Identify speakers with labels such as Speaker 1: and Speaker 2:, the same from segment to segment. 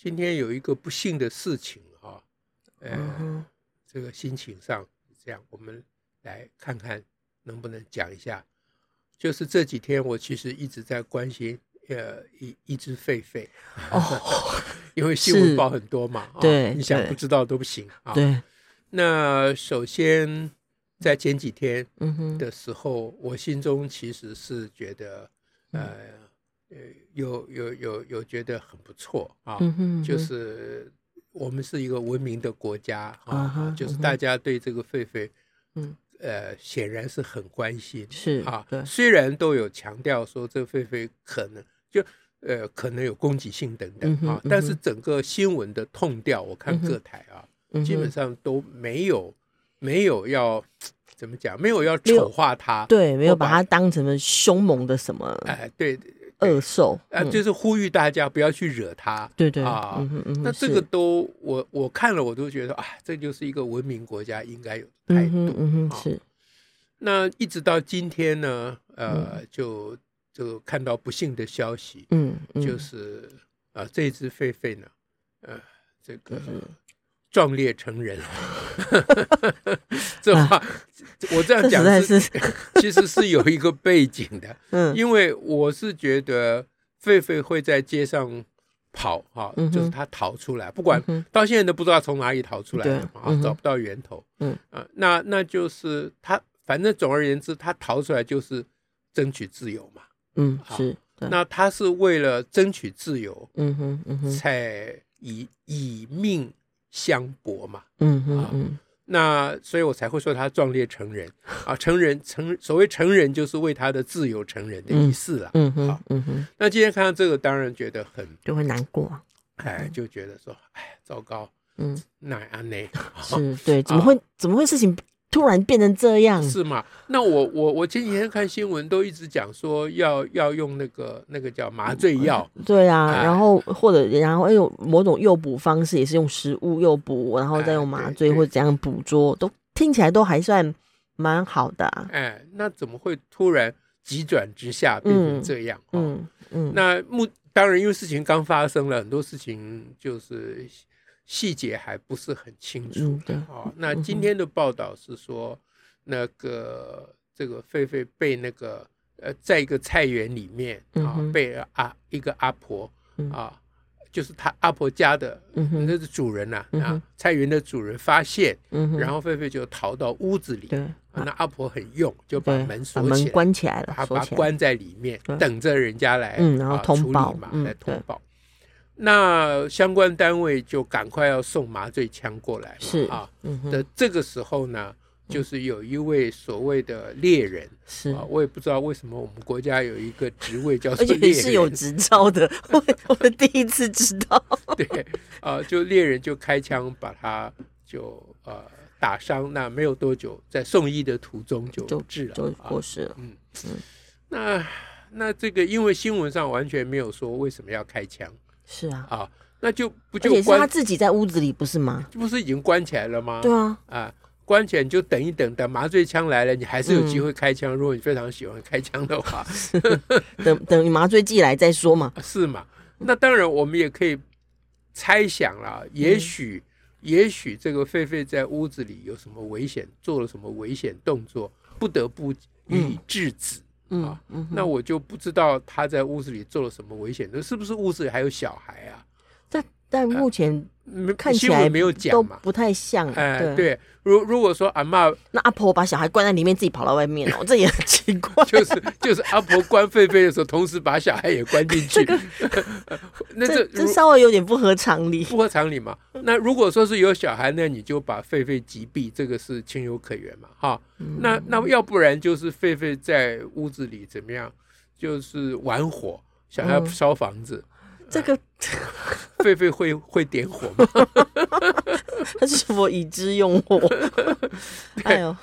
Speaker 1: 今天有一个不幸的事情啊，呃，
Speaker 2: 嗯
Speaker 1: 这个心情上是这样，我们来看看能不能讲一下。就是这几天我其实一直在关心，呃，一一只狒狒，
Speaker 2: 哦，
Speaker 1: 因为新闻
Speaker 2: 是
Speaker 1: 报很多嘛，啊
Speaker 2: 对
Speaker 1: 你想
Speaker 2: 对
Speaker 1: 不知道都不行啊。
Speaker 2: 对，
Speaker 1: 那首先在前几天
Speaker 2: 嗯哼，
Speaker 1: 的时候，我心中其实是觉得，呃，
Speaker 2: 嗯
Speaker 1: 呃，有有有有觉得很不错啊，
Speaker 2: 嗯哼，
Speaker 1: 就是我们是一个文明的国家
Speaker 2: 啊哈
Speaker 1: 啊，就是大家对这个狒狒，
Speaker 2: 嗯，
Speaker 1: 呃，显然是很关心，
Speaker 2: 是
Speaker 1: 啊
Speaker 2: 对，
Speaker 1: 虽然都有强调说这狒狒可能就呃可能有攻击性等等
Speaker 2: 嗯哼
Speaker 1: 啊
Speaker 2: 嗯，哼
Speaker 1: 但是整个新闻的痛调，我看
Speaker 2: 嗯哼
Speaker 1: 各台啊，
Speaker 2: 嗯哼
Speaker 1: 基本上都没有没有要怎么讲，没有要
Speaker 2: 没有
Speaker 1: 丑化它，
Speaker 2: 对，没有
Speaker 1: 我把
Speaker 2: 把它当成了凶猛的什么
Speaker 1: 哎，对，
Speaker 2: 恶兽，
Speaker 1: 啊，
Speaker 2: 嗯
Speaker 1: 就是呼吁大家不要去惹它，
Speaker 2: 对对
Speaker 1: 啊。
Speaker 2: 嗯哼嗯哼
Speaker 1: 那这个
Speaker 2: 是
Speaker 1: 都我我看了我都觉得啊，这就是一个文明国家应该有的态
Speaker 2: 嗯
Speaker 1: 度
Speaker 2: 哼。嗯
Speaker 1: 啊
Speaker 2: 哼是，
Speaker 1: 那一直到今天呢，呃，就就看到不幸的消息，
Speaker 2: 嗯，嗯
Speaker 1: 就是啊、呃，这只狒狒呢，呃，这个
Speaker 2: 是
Speaker 1: 壮烈成 人了。这话我这
Speaker 2: 啊
Speaker 1: 样
Speaker 2: 这实
Speaker 1: 讲
Speaker 2: 在
Speaker 1: 是，
Speaker 2: 是，
Speaker 1: 其实是有一个背景的，
Speaker 2: 嗯
Speaker 1: 因为我是觉得狒狒会在街上跑哈、
Speaker 2: 嗯哼
Speaker 1: 就是它逃出来，不管
Speaker 2: 嗯哼
Speaker 1: 到现在都不知道从哪里逃出来的
Speaker 2: 对嗯
Speaker 1: 嘛，啊
Speaker 2: 哼
Speaker 1: 找不到源头。
Speaker 2: 嗯
Speaker 1: 啊、那那就是它，反正总而言之，它逃出来就是争取自由嘛。
Speaker 2: 嗯
Speaker 1: 好
Speaker 2: 是，对
Speaker 1: 那它是为了争取自由，
Speaker 2: 嗯哼嗯哼
Speaker 1: 才以以命相搏嘛。
Speaker 2: 嗯哼
Speaker 1: 啊
Speaker 2: 嗯
Speaker 1: 那所以我才会说他壮烈成人啊，成人成所谓成人就是为他的自由成人的意思啦。
Speaker 2: 嗯哼
Speaker 1: 好
Speaker 2: 嗯哼，
Speaker 1: 那今天看到这个，当然觉得很
Speaker 2: 就会难过，
Speaker 1: 哎，就觉得说哎，糟糕，啊
Speaker 2: 嗯
Speaker 1: 那安内
Speaker 2: 是对，怎么会怎么会事情突然变成这样？
Speaker 1: 是嘛？那我我我前几天看新闻都一直讲说要要用那个那个叫麻醉药，
Speaker 2: 对啊，
Speaker 1: 哎
Speaker 2: 然后或者然后有某种诱捕方式，也是用食物诱捕，然后再用
Speaker 1: 哎
Speaker 2: 麻
Speaker 1: 对
Speaker 2: 醉
Speaker 1: 对
Speaker 2: 或者怎样捕捉，都听起来都还算蛮好的啊。
Speaker 1: 哎，那怎么会突然急转直下变成这样？哦
Speaker 2: 嗯嗯，
Speaker 1: 那目当然，因为事情刚发生了，很多事情就是细细节还不是很清楚
Speaker 2: 嗯对
Speaker 1: 哦。那今天的报道是说，那个这个狒狒被那个呃，在一个菜园里面
Speaker 2: 嗯
Speaker 1: 啊、
Speaker 2: 哼
Speaker 1: 被阿一个阿婆
Speaker 2: 嗯
Speaker 1: 啊，就是他阿婆家的
Speaker 2: 嗯哼
Speaker 1: 那是主人呐
Speaker 2: 嗯
Speaker 1: 啊
Speaker 2: 哼
Speaker 1: 菜园的主人发现，
Speaker 2: 嗯哼，
Speaker 1: 然后狒狒就逃到屋子里，
Speaker 2: 对
Speaker 1: 啊那阿婆很用，就把
Speaker 2: 对，
Speaker 1: 门
Speaker 2: 把
Speaker 1: 锁起
Speaker 2: 门
Speaker 1: 来。
Speaker 2: 关起来
Speaker 1: 把它
Speaker 2: 了，锁
Speaker 1: 把它
Speaker 2: 起来。
Speaker 1: 关在里面
Speaker 2: 对，
Speaker 1: 等着人家来，
Speaker 2: 嗯然后
Speaker 1: 啊
Speaker 2: 通
Speaker 1: 处理
Speaker 2: 报
Speaker 1: 嘛，
Speaker 2: 嗯
Speaker 1: 来通
Speaker 2: 对
Speaker 1: 报。那相关单位就赶快要送麻醉枪过来嘛，
Speaker 2: 是
Speaker 1: 啊。
Speaker 2: 嗯哼，
Speaker 1: 的这个时候呢，就是有一位所谓的猎人
Speaker 2: 是
Speaker 1: 啊，，我也不知道为什么我们国家有一个职位叫做
Speaker 2: 嗯 而
Speaker 1: 猎
Speaker 2: 且也
Speaker 1: 人，
Speaker 2: 是 有执照的，我我第一次知道。
Speaker 1: 对啊，就猎人就开枪把他就呃打伤，那没有多久，在送医的途中就
Speaker 2: 就
Speaker 1: 治了，
Speaker 2: 就
Speaker 1: 啊
Speaker 2: 过世了。
Speaker 1: 那那这个，因为新闻上完全没有说为什么要开枪
Speaker 2: 是啊，
Speaker 1: 啊，那就不
Speaker 2: 而
Speaker 1: 就
Speaker 2: 且是他
Speaker 1: 关，
Speaker 2: 自己在屋子里，不是吗？
Speaker 1: 不是已经关起来了吗？
Speaker 2: 对 啊，
Speaker 1: 啊，关起来你就等一等，等麻醉枪来了，你还是有
Speaker 2: 嗯
Speaker 1: 机会开枪。如果你非常喜欢开枪的话，
Speaker 2: 等等麻醉剂来再说嘛。
Speaker 1: 是嘛？那当然，我们也可以猜想啦，
Speaker 2: 嗯
Speaker 1: 也许、也许这个狒狒在屋子里有什么危险，做了什么危险动作，不得不予以制止。
Speaker 2: 嗯
Speaker 1: 啊
Speaker 2: 嗯哼，
Speaker 1: 那我就不知道他在屋子里做了什么危险的，是不是屋子里还有小孩啊？
Speaker 2: 但但目前
Speaker 1: 没
Speaker 2: 看起
Speaker 1: 新闻
Speaker 2: 来
Speaker 1: 没有
Speaker 2: 都
Speaker 1: 讲嘛。
Speaker 2: 不太像。
Speaker 1: 哎、
Speaker 2: 对，
Speaker 1: 对，如如果说阿嬷
Speaker 2: 那阿婆把小孩关在里面，自己跑到外面哦，这也很 奇怪。
Speaker 1: 就是就是阿婆关狒狒的时候，同时把小孩也关进去，那这
Speaker 2: 这这
Speaker 1: 如
Speaker 2: 稍微有点不合常 理。
Speaker 1: 不合常理嘛。那如果说是有小孩，那你就把狒狒击毙，这个是情有可原嘛，哈。那那要不然就是狒狒在屋子里怎么样，就是玩火，想要
Speaker 2: 嗯
Speaker 1: 烧房子，
Speaker 2: 这个
Speaker 1: 狒狒会会点火吗？
Speaker 2: 它是否已知 用火？哎呦，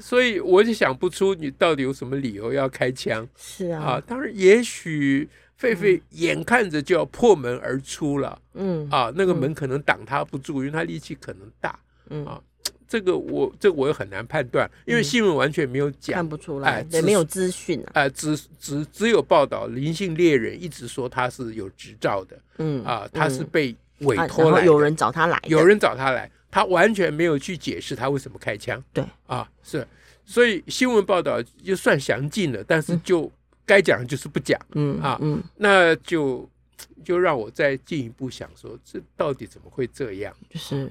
Speaker 1: 所以我就想不出你到底有什么理由要开枪
Speaker 2: 是
Speaker 1: 啊
Speaker 2: 啊，！
Speaker 1: 当然，也许狒狒眼看着就要破门而出了
Speaker 2: 嗯
Speaker 1: 啊，那个门可能挡他不住，因为他力气可能大。
Speaker 2: 嗯
Speaker 1: 啊，这个我这个我也很难判断，因为新闻完全没有讲
Speaker 2: 看。不出
Speaker 1: 哎
Speaker 2: 来，对，
Speaker 1: 只
Speaker 2: 没有资讯啊，
Speaker 1: 啊，只只只有报道，林姓猎人一直说他是有执照的
Speaker 2: 嗯
Speaker 1: 啊，他是
Speaker 2: 嗯
Speaker 1: 被委
Speaker 2: 啊
Speaker 1: 托
Speaker 2: 然后
Speaker 1: 来的
Speaker 2: 有人找他来的，
Speaker 1: 有人找他来，他完全没有去解释他为什么开枪。
Speaker 2: 对
Speaker 1: 啊，是，所以新闻报道就算详尽了，但是就该讲的就是不讲，
Speaker 2: 嗯
Speaker 1: 啊
Speaker 2: 嗯
Speaker 1: 那就就让我再进一步想说，这到底怎么会这样？
Speaker 2: 就是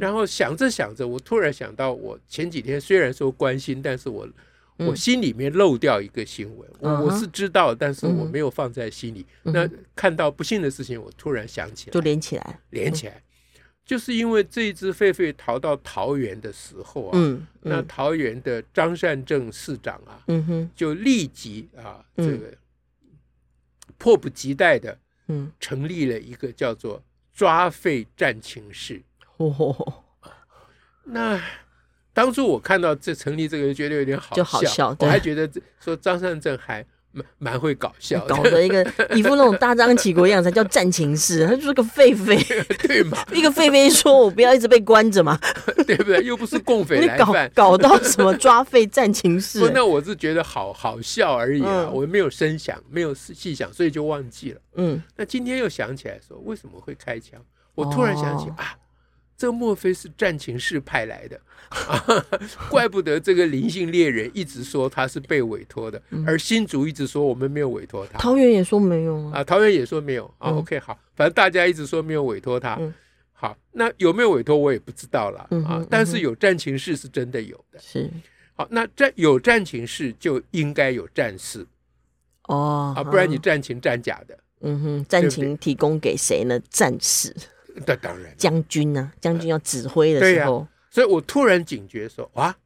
Speaker 1: 然后想着想着，我突然想到，我前几天虽然说关心，但是我。
Speaker 2: 嗯
Speaker 1: 我心里面漏掉一个新闻，
Speaker 2: 嗯哼
Speaker 1: 我我是知道，但是我
Speaker 2: 嗯
Speaker 1: 没有放在心里。
Speaker 2: 嗯
Speaker 1: 那看到不幸的事情，我突然想起来，
Speaker 2: 就连起来，
Speaker 1: 连起来，就是因为这一只狒狒逃到桃园的时候啊，
Speaker 2: 嗯
Speaker 1: 那
Speaker 2: 嗯
Speaker 1: 桃园的张善政市长啊，
Speaker 2: 嗯哼
Speaker 1: 就立即啊，这
Speaker 2: 嗯
Speaker 1: 个迫不及待的
Speaker 2: 嗯，
Speaker 1: 成立了一个叫做抓狒战情室。
Speaker 2: 哦，
Speaker 1: 那当初我看到这成立这个，就觉得有点好笑，
Speaker 2: 就好笑对
Speaker 1: 我还觉得这说张善政还蛮蛮会搞 笑
Speaker 2: 搞
Speaker 1: 的，
Speaker 2: 得一个一副那种大张旗鼓的样子，才叫战情室，他就是个狒狒，
Speaker 1: 对嘛？
Speaker 2: 一个狒狒说：“我不要一直被关着嘛。
Speaker 1: 对不对？又不是共”匪
Speaker 2: 你
Speaker 1: 来
Speaker 2: 搞
Speaker 1: 犯，哦
Speaker 2: 搞到什么抓狒战情室
Speaker 1: 不，？那我是觉得好好笑而已啊，
Speaker 2: 嗯
Speaker 1: 我没有深想，没有细想，所以就忘记了。
Speaker 2: 嗯，
Speaker 1: 那今天又想起来说，为什么会开枪？我突然想起、
Speaker 2: 哦
Speaker 1: 啊，这莫非是战情室派来的？ 怪不得这个灵性猎人一直说他是被委托的，
Speaker 2: 嗯
Speaker 1: 而新竹一直说我们没有委托他。
Speaker 2: 桃园也说没有啊，
Speaker 1: 啊，桃园也说没有啊、
Speaker 2: 嗯
Speaker 1: o k 好，反正大家一直说没有委托他。
Speaker 2: 嗯
Speaker 1: 好，那有没有委托我也不知道了、
Speaker 2: 嗯哼
Speaker 1: 啊
Speaker 2: 嗯，
Speaker 1: 但是有战情室是真的有的。
Speaker 2: 是
Speaker 1: 好，那战有战情室就应该有战士
Speaker 2: 哦
Speaker 1: 啊，不然你战情战假的，
Speaker 2: 嗯哼，战
Speaker 1: 对
Speaker 2: 情提供给谁呢？战士、
Speaker 1: 那当然。
Speaker 2: 将军啊，将军要指挥的
Speaker 1: 对
Speaker 2: 时
Speaker 1: 呀
Speaker 2: 候，
Speaker 1: 所以我突然警觉说，哇，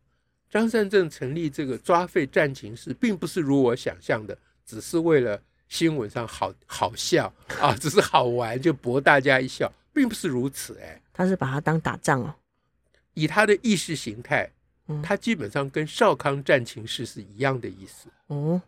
Speaker 1: 张善政成立这个抓废战情室，并不是如我想象的，只是为了新闻上好好笑啊，只是好玩就博大家一笑，并不是如此哎。
Speaker 2: 他是把他当打仗哦。
Speaker 1: 以他的意识形态
Speaker 2: 嗯，
Speaker 1: 他基本上跟少康战情室是一样的意思，
Speaker 2: 哦，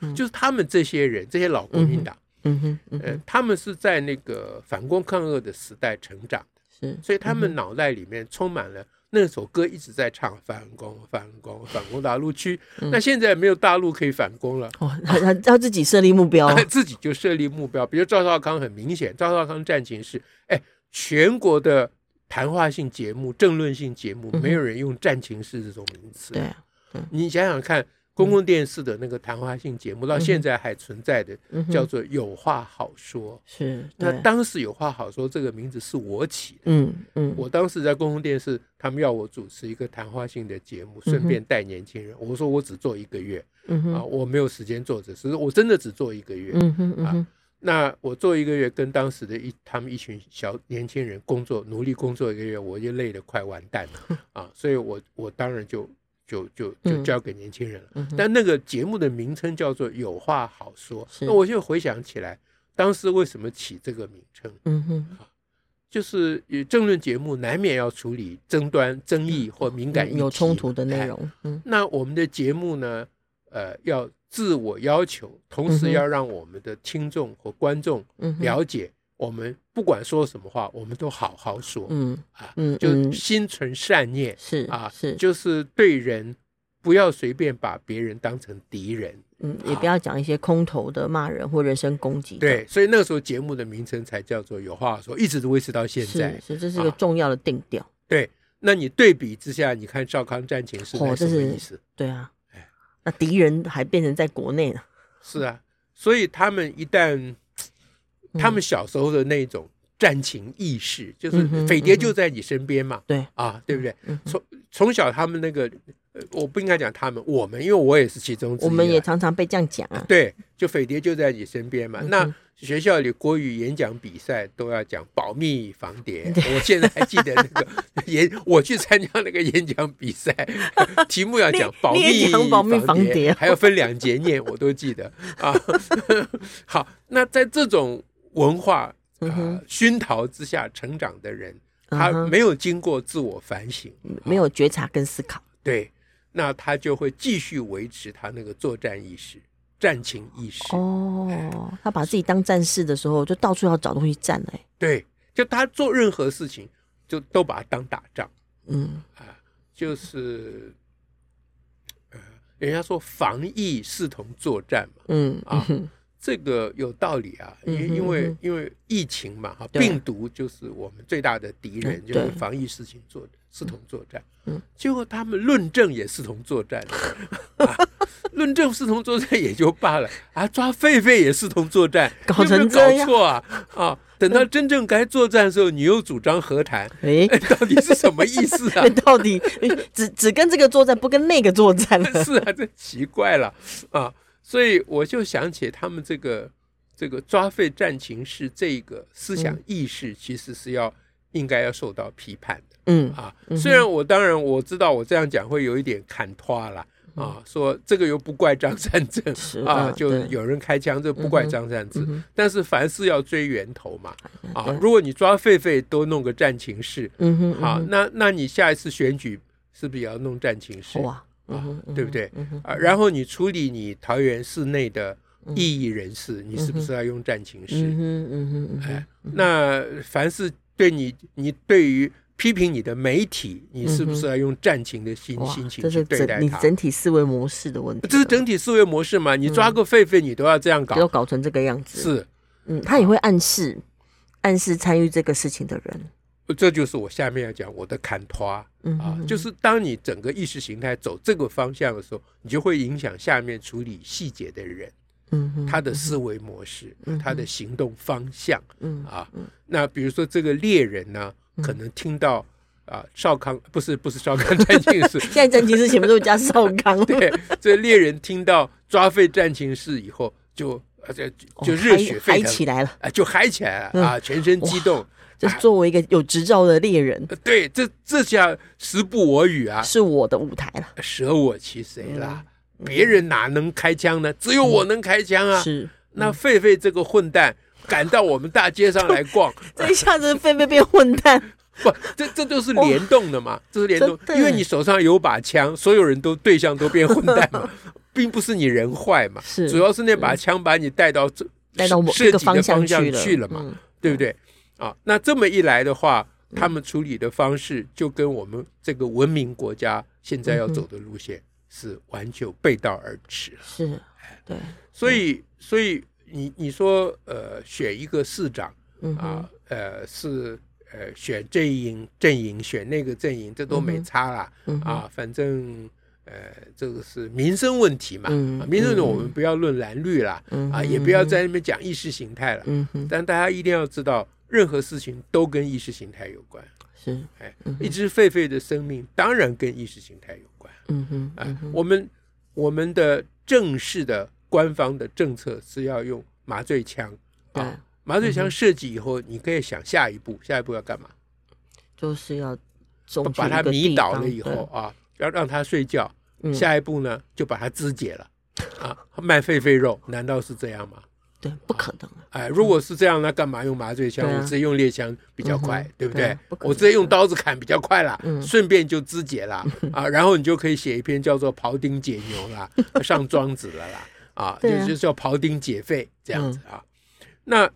Speaker 2: 嗯
Speaker 1: 就是他们这些人，这些老国民党，
Speaker 2: 嗯哼，嗯
Speaker 1: 呃
Speaker 2: 哼，，
Speaker 1: 他们是在那个反攻抗俄的时代成长。
Speaker 2: 是，
Speaker 1: 所以他们脑袋里面充满了那首歌一直在唱反攻、反攻、反攻大陆区。
Speaker 2: 嗯
Speaker 1: 那现在没有大陆可以反攻了，
Speaker 2: 哦，他他他自己设立目标哦，
Speaker 1: 自己就设立目标，比如赵少康很明显，赵少康战情是，哎，全国的谈话性节目、政论性节目，
Speaker 2: 嗯哼
Speaker 1: 没有人用战情是这种名词。
Speaker 2: 对啊，
Speaker 1: 你想想看。公共电视的那个谈话性节目，到现在还存在的，
Speaker 2: 嗯
Speaker 1: 叫
Speaker 2: 哼，
Speaker 1: 做“有话好说”。
Speaker 2: 是，
Speaker 1: 那
Speaker 2: 对，
Speaker 1: 当时“有话好说”这个名字是我起的。
Speaker 2: 嗯嗯，
Speaker 1: 我当时在公共电视，他们要我主持一个谈话性的节目，
Speaker 2: 嗯哼
Speaker 1: 顺便带年轻人。我说我只做一个月
Speaker 2: 嗯
Speaker 1: 啊，
Speaker 2: 哼，
Speaker 1: 我没有时间做这事，我真的只做一个月。
Speaker 2: 嗯哼，嗯
Speaker 1: 啊
Speaker 2: 哼，
Speaker 1: 那我做一个月，跟当时的一他们一群小年轻人工作，努力工作一个月，我就累得快完蛋 了啊！所以我我当然就就就就
Speaker 2: 嗯
Speaker 1: 交给年轻人了。
Speaker 2: 嗯哼，
Speaker 1: 但那个节目的名称叫做“有话好说”，
Speaker 2: 是
Speaker 1: 那我就回想起来，当时为什么起这个名称？
Speaker 2: 嗯哼，
Speaker 1: 就是呃政论节目难免要处理争端、争议或敏感议
Speaker 2: 嗯
Speaker 1: 题
Speaker 2: 有冲突的内。
Speaker 1: 哎
Speaker 2: 容，嗯
Speaker 1: 那我们的节目呢，呃，要自我要求，同
Speaker 2: 嗯哼
Speaker 1: 时要让我们的听众和观众
Speaker 2: 嗯哼，
Speaker 1: 了解，我们不管说什么话，我们都好好说，
Speaker 2: 嗯
Speaker 1: 啊
Speaker 2: 嗯
Speaker 1: 就
Speaker 2: 嗯，
Speaker 1: 心存善念
Speaker 2: 是
Speaker 1: 啊，
Speaker 2: 是，
Speaker 1: 就是对人不要随便把别人当成敌人。
Speaker 2: 嗯，也
Speaker 1: 好
Speaker 2: 不要讲一些空头的骂人或人身攻击的，
Speaker 1: 对，所以那个时候节目的名称才叫做“有话好说”，一直都维持到现在
Speaker 2: 是。是，这是一个
Speaker 1: 啊
Speaker 2: 重要的定调，
Speaker 1: 对，那你对比之下，你看少康战情是
Speaker 2: 哦
Speaker 1: 那什
Speaker 2: 这
Speaker 1: 么
Speaker 2: 是
Speaker 1: 意思？
Speaker 2: 对啊
Speaker 1: 哎。
Speaker 2: 那敌人还变成在国内呢，
Speaker 1: 是啊，所以他们一旦
Speaker 2: 嗯
Speaker 1: 他们小时候的那种战情意识，就是
Speaker 2: 嗯哼
Speaker 1: 匪谍就在你身边嘛，
Speaker 2: 对
Speaker 1: 啊，对不对？
Speaker 2: 嗯哼
Speaker 1: 从从小他们那个，呃我不应该讲他们，我们，因为我也是其中之一
Speaker 2: 我
Speaker 1: 啊。
Speaker 2: 们也常常被这样讲啊，
Speaker 1: 对，就匪谍就在你身边嘛。
Speaker 2: 嗯哼
Speaker 1: 那学校里国语演讲比赛都要讲保密防谍，我现在还记得那个 演，我去参加那个演讲比赛， 题目要讲
Speaker 2: 你
Speaker 1: 保
Speaker 2: 你也
Speaker 1: 密
Speaker 2: 讲保密防谍
Speaker 1: 谍，还要分两节念，我都记得啊。好，那在这种文化
Speaker 2: 嗯哼
Speaker 1: 呃熏陶之下成长的人，他
Speaker 2: 嗯哼嗯
Speaker 1: 没有经过自我反省，
Speaker 2: 没有觉察跟思考。
Speaker 1: 对，那他就会继续维持他那个作战意识、战情意识。
Speaker 2: 哦，他把自己当战士的时候，就到处要找东西欸战嘞、
Speaker 1: 对，就他做任何事情，就都把它当打仗，
Speaker 2: 嗯
Speaker 1: 就是，呃，人家说防疫视同作战嘛，
Speaker 2: 嗯
Speaker 1: 啊
Speaker 2: 嗯
Speaker 1: 这个有道理啊，因
Speaker 2: 嗯哼
Speaker 1: 因为
Speaker 2: 嗯
Speaker 1: 因为疫情嘛，哈，
Speaker 2: 对
Speaker 1: 病毒就是我们最大的敌人，
Speaker 2: 嗯
Speaker 1: 就是
Speaker 2: 对
Speaker 1: 防疫事情作视同作战。
Speaker 2: 嗯，
Speaker 1: 结果他们论证也视同作战， 啊论证视同作战也就罢了，啊，抓狒狒也视同作战，
Speaker 2: 搞成
Speaker 1: 有没有
Speaker 2: 这样
Speaker 1: 搞错啊啊！等到真正该作战的时候，你又主张和谈，
Speaker 2: 哎、
Speaker 1: 哎，到底是什么意思啊
Speaker 2: 那？到底只只跟这个作战，不跟那个作战了？
Speaker 1: 是啊，这奇怪了啊！所以我就想起他们这个这个抓废战情是这个思
Speaker 2: 嗯
Speaker 1: 想意识，其实是要应该要受到批判的
Speaker 2: 嗯
Speaker 1: 啊
Speaker 2: 嗯。哼
Speaker 1: 虽然我当然我知道我这样讲会有一点砍拖啦啊，说这个又不怪张善政
Speaker 2: 嗯是
Speaker 1: 啊，
Speaker 2: 嗯
Speaker 1: 就
Speaker 2: 对
Speaker 1: 有人开枪，这不怪张善
Speaker 2: 嗯
Speaker 1: 政。
Speaker 2: 哼嗯
Speaker 1: 但是凡事要追源头嘛啊
Speaker 2: 对！
Speaker 1: 如果你抓狒狒都弄个战情室，
Speaker 2: 嗯哼，嗯
Speaker 1: 好，
Speaker 2: 哼
Speaker 1: 那那你下一次选举是不是也要弄战情室？啊
Speaker 2: 哇，嗯哼
Speaker 1: 对不对？
Speaker 2: 嗯哼
Speaker 1: 啊，然后你处理你桃园市内的异议人士，你是不是要用战情室？
Speaker 2: 嗯哼嗯哼嗯哼
Speaker 1: 哎，那凡是对你，你对于批评你的媒体，你是不是要用战情的心、
Speaker 2: 嗯哇
Speaker 1: 心，
Speaker 2: 这
Speaker 1: 情去
Speaker 2: 是
Speaker 1: 对待
Speaker 2: 整你
Speaker 1: 他？
Speaker 2: 整体嗯思维模式的问题了，
Speaker 1: 这是整体思维模式嘛？你抓个狒狒，你都要这样搞，
Speaker 2: 都搞成这个样子。
Speaker 1: 是，
Speaker 2: 嗯，他也会暗示暗示参与这个事情的人。
Speaker 1: 这就是我下面要讲我的砍拖。
Speaker 2: 嗯
Speaker 1: 啊
Speaker 2: 哼，
Speaker 1: 就是当你整个意识形态走这个方向的时候，你就会影响下面处理细节的人，
Speaker 2: 嗯哼
Speaker 1: 他的思维模式，他的行动方向。
Speaker 2: 嗯
Speaker 1: 啊，那比如说这个猎人呢，可能听到啊，少康不是不是少康战情室，
Speaker 2: 现在战情师前面都加少康，
Speaker 1: 对，这猎人听到抓废战情室以后，就呃就
Speaker 2: 哦
Speaker 1: 就热血
Speaker 2: 嗨嗨
Speaker 1: 沸
Speaker 2: 起
Speaker 1: 腾
Speaker 2: 来嗯了。
Speaker 1: 啊，就嗨起来了啊，全身激动，
Speaker 2: 就是作为一个有执照的猎人，
Speaker 1: 呃对，这这下时不我与啊，
Speaker 2: 是嗯我的舞台了。
Speaker 1: 舍我其谁啦。别人哪能开枪呢？只有我能开枪啊！
Speaker 2: 嗯是，嗯
Speaker 1: 那狒狒这个混蛋赶到我们大街上来逛，
Speaker 2: 这一下子狒狒变混蛋，
Speaker 1: 不，这这都是联动的 嘛，这是联动，
Speaker 2: 哦真的
Speaker 1: 因为你手上有把枪，所有人都对象都变混蛋 嘛，并不是你人坏嘛，
Speaker 2: 是
Speaker 1: 啊主要是那把枪把你带到这
Speaker 2: 带到某
Speaker 1: 射
Speaker 2: 这个
Speaker 1: 射击的
Speaker 2: 向
Speaker 1: 方
Speaker 2: 去
Speaker 1: 向
Speaker 2: 了，
Speaker 1: 去了嘛，
Speaker 2: 嗯
Speaker 1: 对不对？啊，那这么一来的话，他们处理的方式就跟我们这个文明国家现在要走的路
Speaker 2: 嗯
Speaker 1: 线是完全背道而驰了。
Speaker 2: 是，对，
Speaker 1: 所
Speaker 2: 嗯
Speaker 1: 以，所以你你说，呃，选一个市长，
Speaker 2: 嗯哼，
Speaker 1: 啊，呃，是呃选这一营阵营，选那个阵营，这都没差啦、
Speaker 2: 嗯哼
Speaker 1: 啊，反正呃，这个是民生问题嘛，
Speaker 2: 嗯
Speaker 1: 啊民生问题
Speaker 2: 嗯
Speaker 1: 我们不要论蓝绿啦，
Speaker 2: 嗯
Speaker 1: 啊，
Speaker 2: 哼
Speaker 1: 也不要在那边讲意识形态了，
Speaker 2: 嗯哼，
Speaker 1: 但大家一定要知道，任何事情都跟意识形态有关。
Speaker 2: 是，
Speaker 1: 哎，一只狒狒的生命当然跟意识形态有关。
Speaker 2: 嗯哼，
Speaker 1: 哎，我们我们的正式的官方的政策是要用麻醉枪
Speaker 2: 对
Speaker 1: 啊，麻
Speaker 2: 嗯
Speaker 1: 醉枪设计以后，你可以想下一步，下一步要干嘛？
Speaker 2: 就是要种
Speaker 1: 把
Speaker 2: 去一
Speaker 1: 它
Speaker 2: 个
Speaker 1: 迷
Speaker 2: 地
Speaker 1: 倒
Speaker 2: 方
Speaker 1: 了以后
Speaker 2: 对
Speaker 1: 啊，要让它睡觉。
Speaker 2: 嗯
Speaker 1: 下一步呢，就把它肢解了啊，卖狒狒肉，难道是这样吗？
Speaker 2: 对，不可能啊，
Speaker 1: 哎，如果是这样，那干嘛用麻醉枪？
Speaker 2: 对啊
Speaker 1: 我直接用猎枪比较
Speaker 2: 嗯
Speaker 1: 快，
Speaker 2: 哼
Speaker 1: 对不
Speaker 2: 对
Speaker 1: 对
Speaker 2: 啊不？可能
Speaker 1: 我直接用刀子砍比较快啦，
Speaker 2: 嗯
Speaker 1: 顺便就肢 解啦，啊，然后你就可以写一篇叫做《庖丁解牛》啦，上庄子 了啦，啊，就
Speaker 2: 对啊嗯
Speaker 1: 就叫庖丁解肺这样子啊。那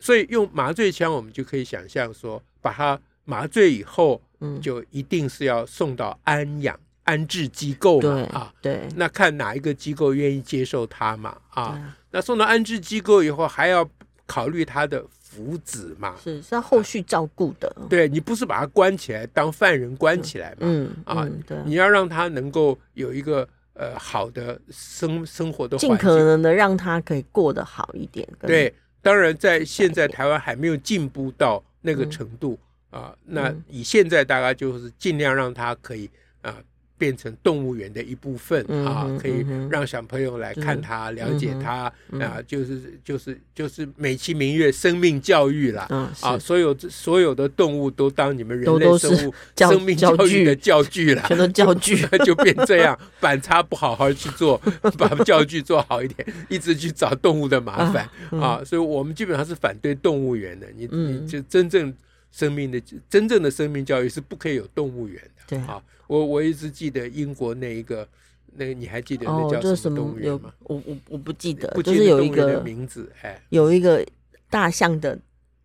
Speaker 1: 所以用麻醉枪，我们就可以想象说，把它麻醉以后，
Speaker 2: 嗯
Speaker 1: 就一定是要送到安养安置机构嘛，
Speaker 2: 对
Speaker 1: 啊，
Speaker 2: 对，
Speaker 1: 那看哪一个机构愿意接受它嘛，啊
Speaker 2: 对。啊
Speaker 1: 那送到安置机构以后，还要考虑他的福祉嘛？
Speaker 2: 是是要后续照顾的，
Speaker 1: 对你不是把他关起来当犯人关起来嘛？
Speaker 2: 嗯
Speaker 1: 啊
Speaker 2: 嗯对啊，
Speaker 1: 你要让他能够有一个呃好的生生活的
Speaker 2: 尽
Speaker 1: 环
Speaker 2: 可
Speaker 1: 境。
Speaker 2: 能的让他可以过得好一点，跟，
Speaker 1: 对，当然在现在台湾还没有进步到
Speaker 2: 嗯
Speaker 1: 那个程度啊、那以现在大概就是尽量让他可以啊、变成动物园的一部分
Speaker 2: 嗯
Speaker 1: 啊
Speaker 2: 哼，
Speaker 1: 可以
Speaker 2: 嗯哼
Speaker 1: 让小朋友来看它、了解它
Speaker 2: 嗯
Speaker 1: 啊，就是就是就是美其名曰生命教育啦。
Speaker 2: 嗯
Speaker 1: 啊，
Speaker 2: 是，
Speaker 1: 所有所有的动物都当你们人
Speaker 2: 都
Speaker 1: 类
Speaker 2: 都
Speaker 1: 生
Speaker 2: 是
Speaker 1: 物
Speaker 2: 教
Speaker 1: 生命
Speaker 2: 教
Speaker 1: 教育
Speaker 2: 具
Speaker 1: 的教具啦，
Speaker 2: 全都教具
Speaker 1: 就变这样，板擦不好好去做，把教具做好一点，一直去找动物的麻烦啊所以我们基本上是反对动物园的。你
Speaker 2: 嗯
Speaker 1: 你就真正生命的真正的生命教育是不可以有动物园
Speaker 2: 对
Speaker 1: 的。啊，我我一直记得英国那一个，那个你还记得
Speaker 2: 哦
Speaker 1: 那，叫
Speaker 2: 就是
Speaker 1: 什
Speaker 2: 什
Speaker 1: 么动
Speaker 2: 么
Speaker 1: 物
Speaker 2: 有
Speaker 1: 园吗？
Speaker 2: 我我我不记得
Speaker 1: 不，
Speaker 2: 就
Speaker 1: 记
Speaker 2: 是
Speaker 1: 得
Speaker 2: 有
Speaker 1: 动
Speaker 2: 一
Speaker 1: 物园的
Speaker 2: 个
Speaker 1: 名字，哎，
Speaker 2: 有一个大象的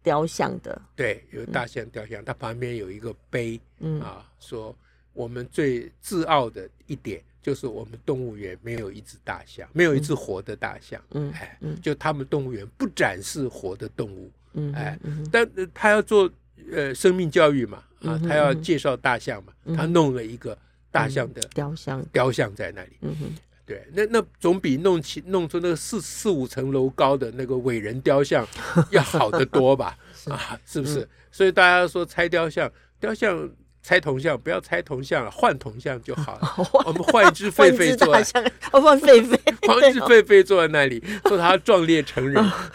Speaker 2: 雕像的，
Speaker 1: 对，有大象雕像，它旁边有一个碑，
Speaker 2: 嗯
Speaker 1: 啊，说我们最自傲的一点就是我们动物园没有一只大象，没有一只活的大象，
Speaker 2: 嗯
Speaker 1: 哎
Speaker 2: 嗯，
Speaker 1: 就他们动物园不展示活的动物，
Speaker 2: 嗯
Speaker 1: 哎
Speaker 2: 嗯哼
Speaker 1: 但呃他要做呃生命教育嘛，啊
Speaker 2: 嗯，哼
Speaker 1: 他要
Speaker 2: 嗯哼
Speaker 1: 介绍大象嘛，
Speaker 2: 嗯
Speaker 1: 他弄了一个大象的
Speaker 2: 雕像，
Speaker 1: 雕像在那里，
Speaker 2: 嗯哼，
Speaker 1: 对，那那总比弄起弄出那个四四五层楼高的那个伟人雕像要好得多 吧？啊，
Speaker 2: 嗯
Speaker 1: 是不是？所以大家说拆雕像，雕像拆铜像，不要拆铜像了，换铜像就好了。我们换一只哎 狒
Speaker 2: 换一
Speaker 1: 狒
Speaker 2: 只
Speaker 1: 坐
Speaker 2: 大
Speaker 1: 在，
Speaker 2: 象，哦，换狒狒，
Speaker 1: 换一只狒狒坐在那里，说他壮烈成人，啊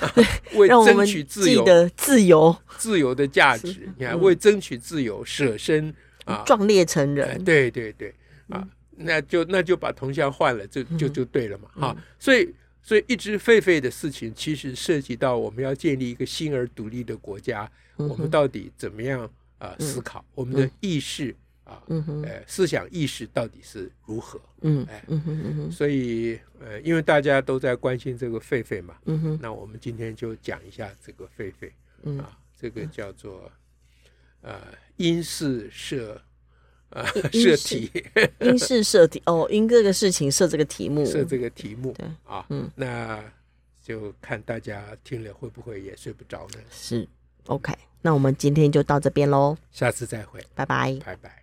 Speaker 2: 哦
Speaker 1: 为
Speaker 2: 让我
Speaker 1: 争
Speaker 2: 们
Speaker 1: 取自
Speaker 2: 记
Speaker 1: 由，
Speaker 2: 得嗯自由，
Speaker 1: 自由的价值，你看，为争取自由舍身啊，
Speaker 2: 壮烈成
Speaker 1: 哎
Speaker 2: 人，
Speaker 1: 对对对，啊，
Speaker 2: 嗯
Speaker 1: 那就那就把铜像换了，就就就对了嘛，哈、所以所以一直狒狒的事情，其实涉及到我们要建立一个新而独立的国家，
Speaker 2: 嗯
Speaker 1: 我们到底怎么样啊、呃思考我们的意识啊，
Speaker 2: 嗯哼，
Speaker 1: 呃，思想意识到底是如何？
Speaker 2: 嗯
Speaker 1: 哎
Speaker 2: 嗯哼嗯哼
Speaker 1: 所以呃，因为大家都在关心这个狒狒嘛，
Speaker 2: 嗯哼，
Speaker 1: 那我们今天就讲一下这个狒狒，
Speaker 2: 嗯
Speaker 1: 啊，这个叫做呃因式设呃
Speaker 2: 因
Speaker 1: 设
Speaker 2: 式
Speaker 1: 题
Speaker 2: 因事设题哦，因这个事情设这个题目，
Speaker 1: 设这个题目
Speaker 2: 嗯对
Speaker 1: 啊，
Speaker 2: 嗯
Speaker 1: 那就看大家听了会不会也睡不着呢？
Speaker 2: 是 OK，那我们今天就到这边喽，
Speaker 1: 下次再会，
Speaker 2: 拜拜。
Speaker 1: 拜拜。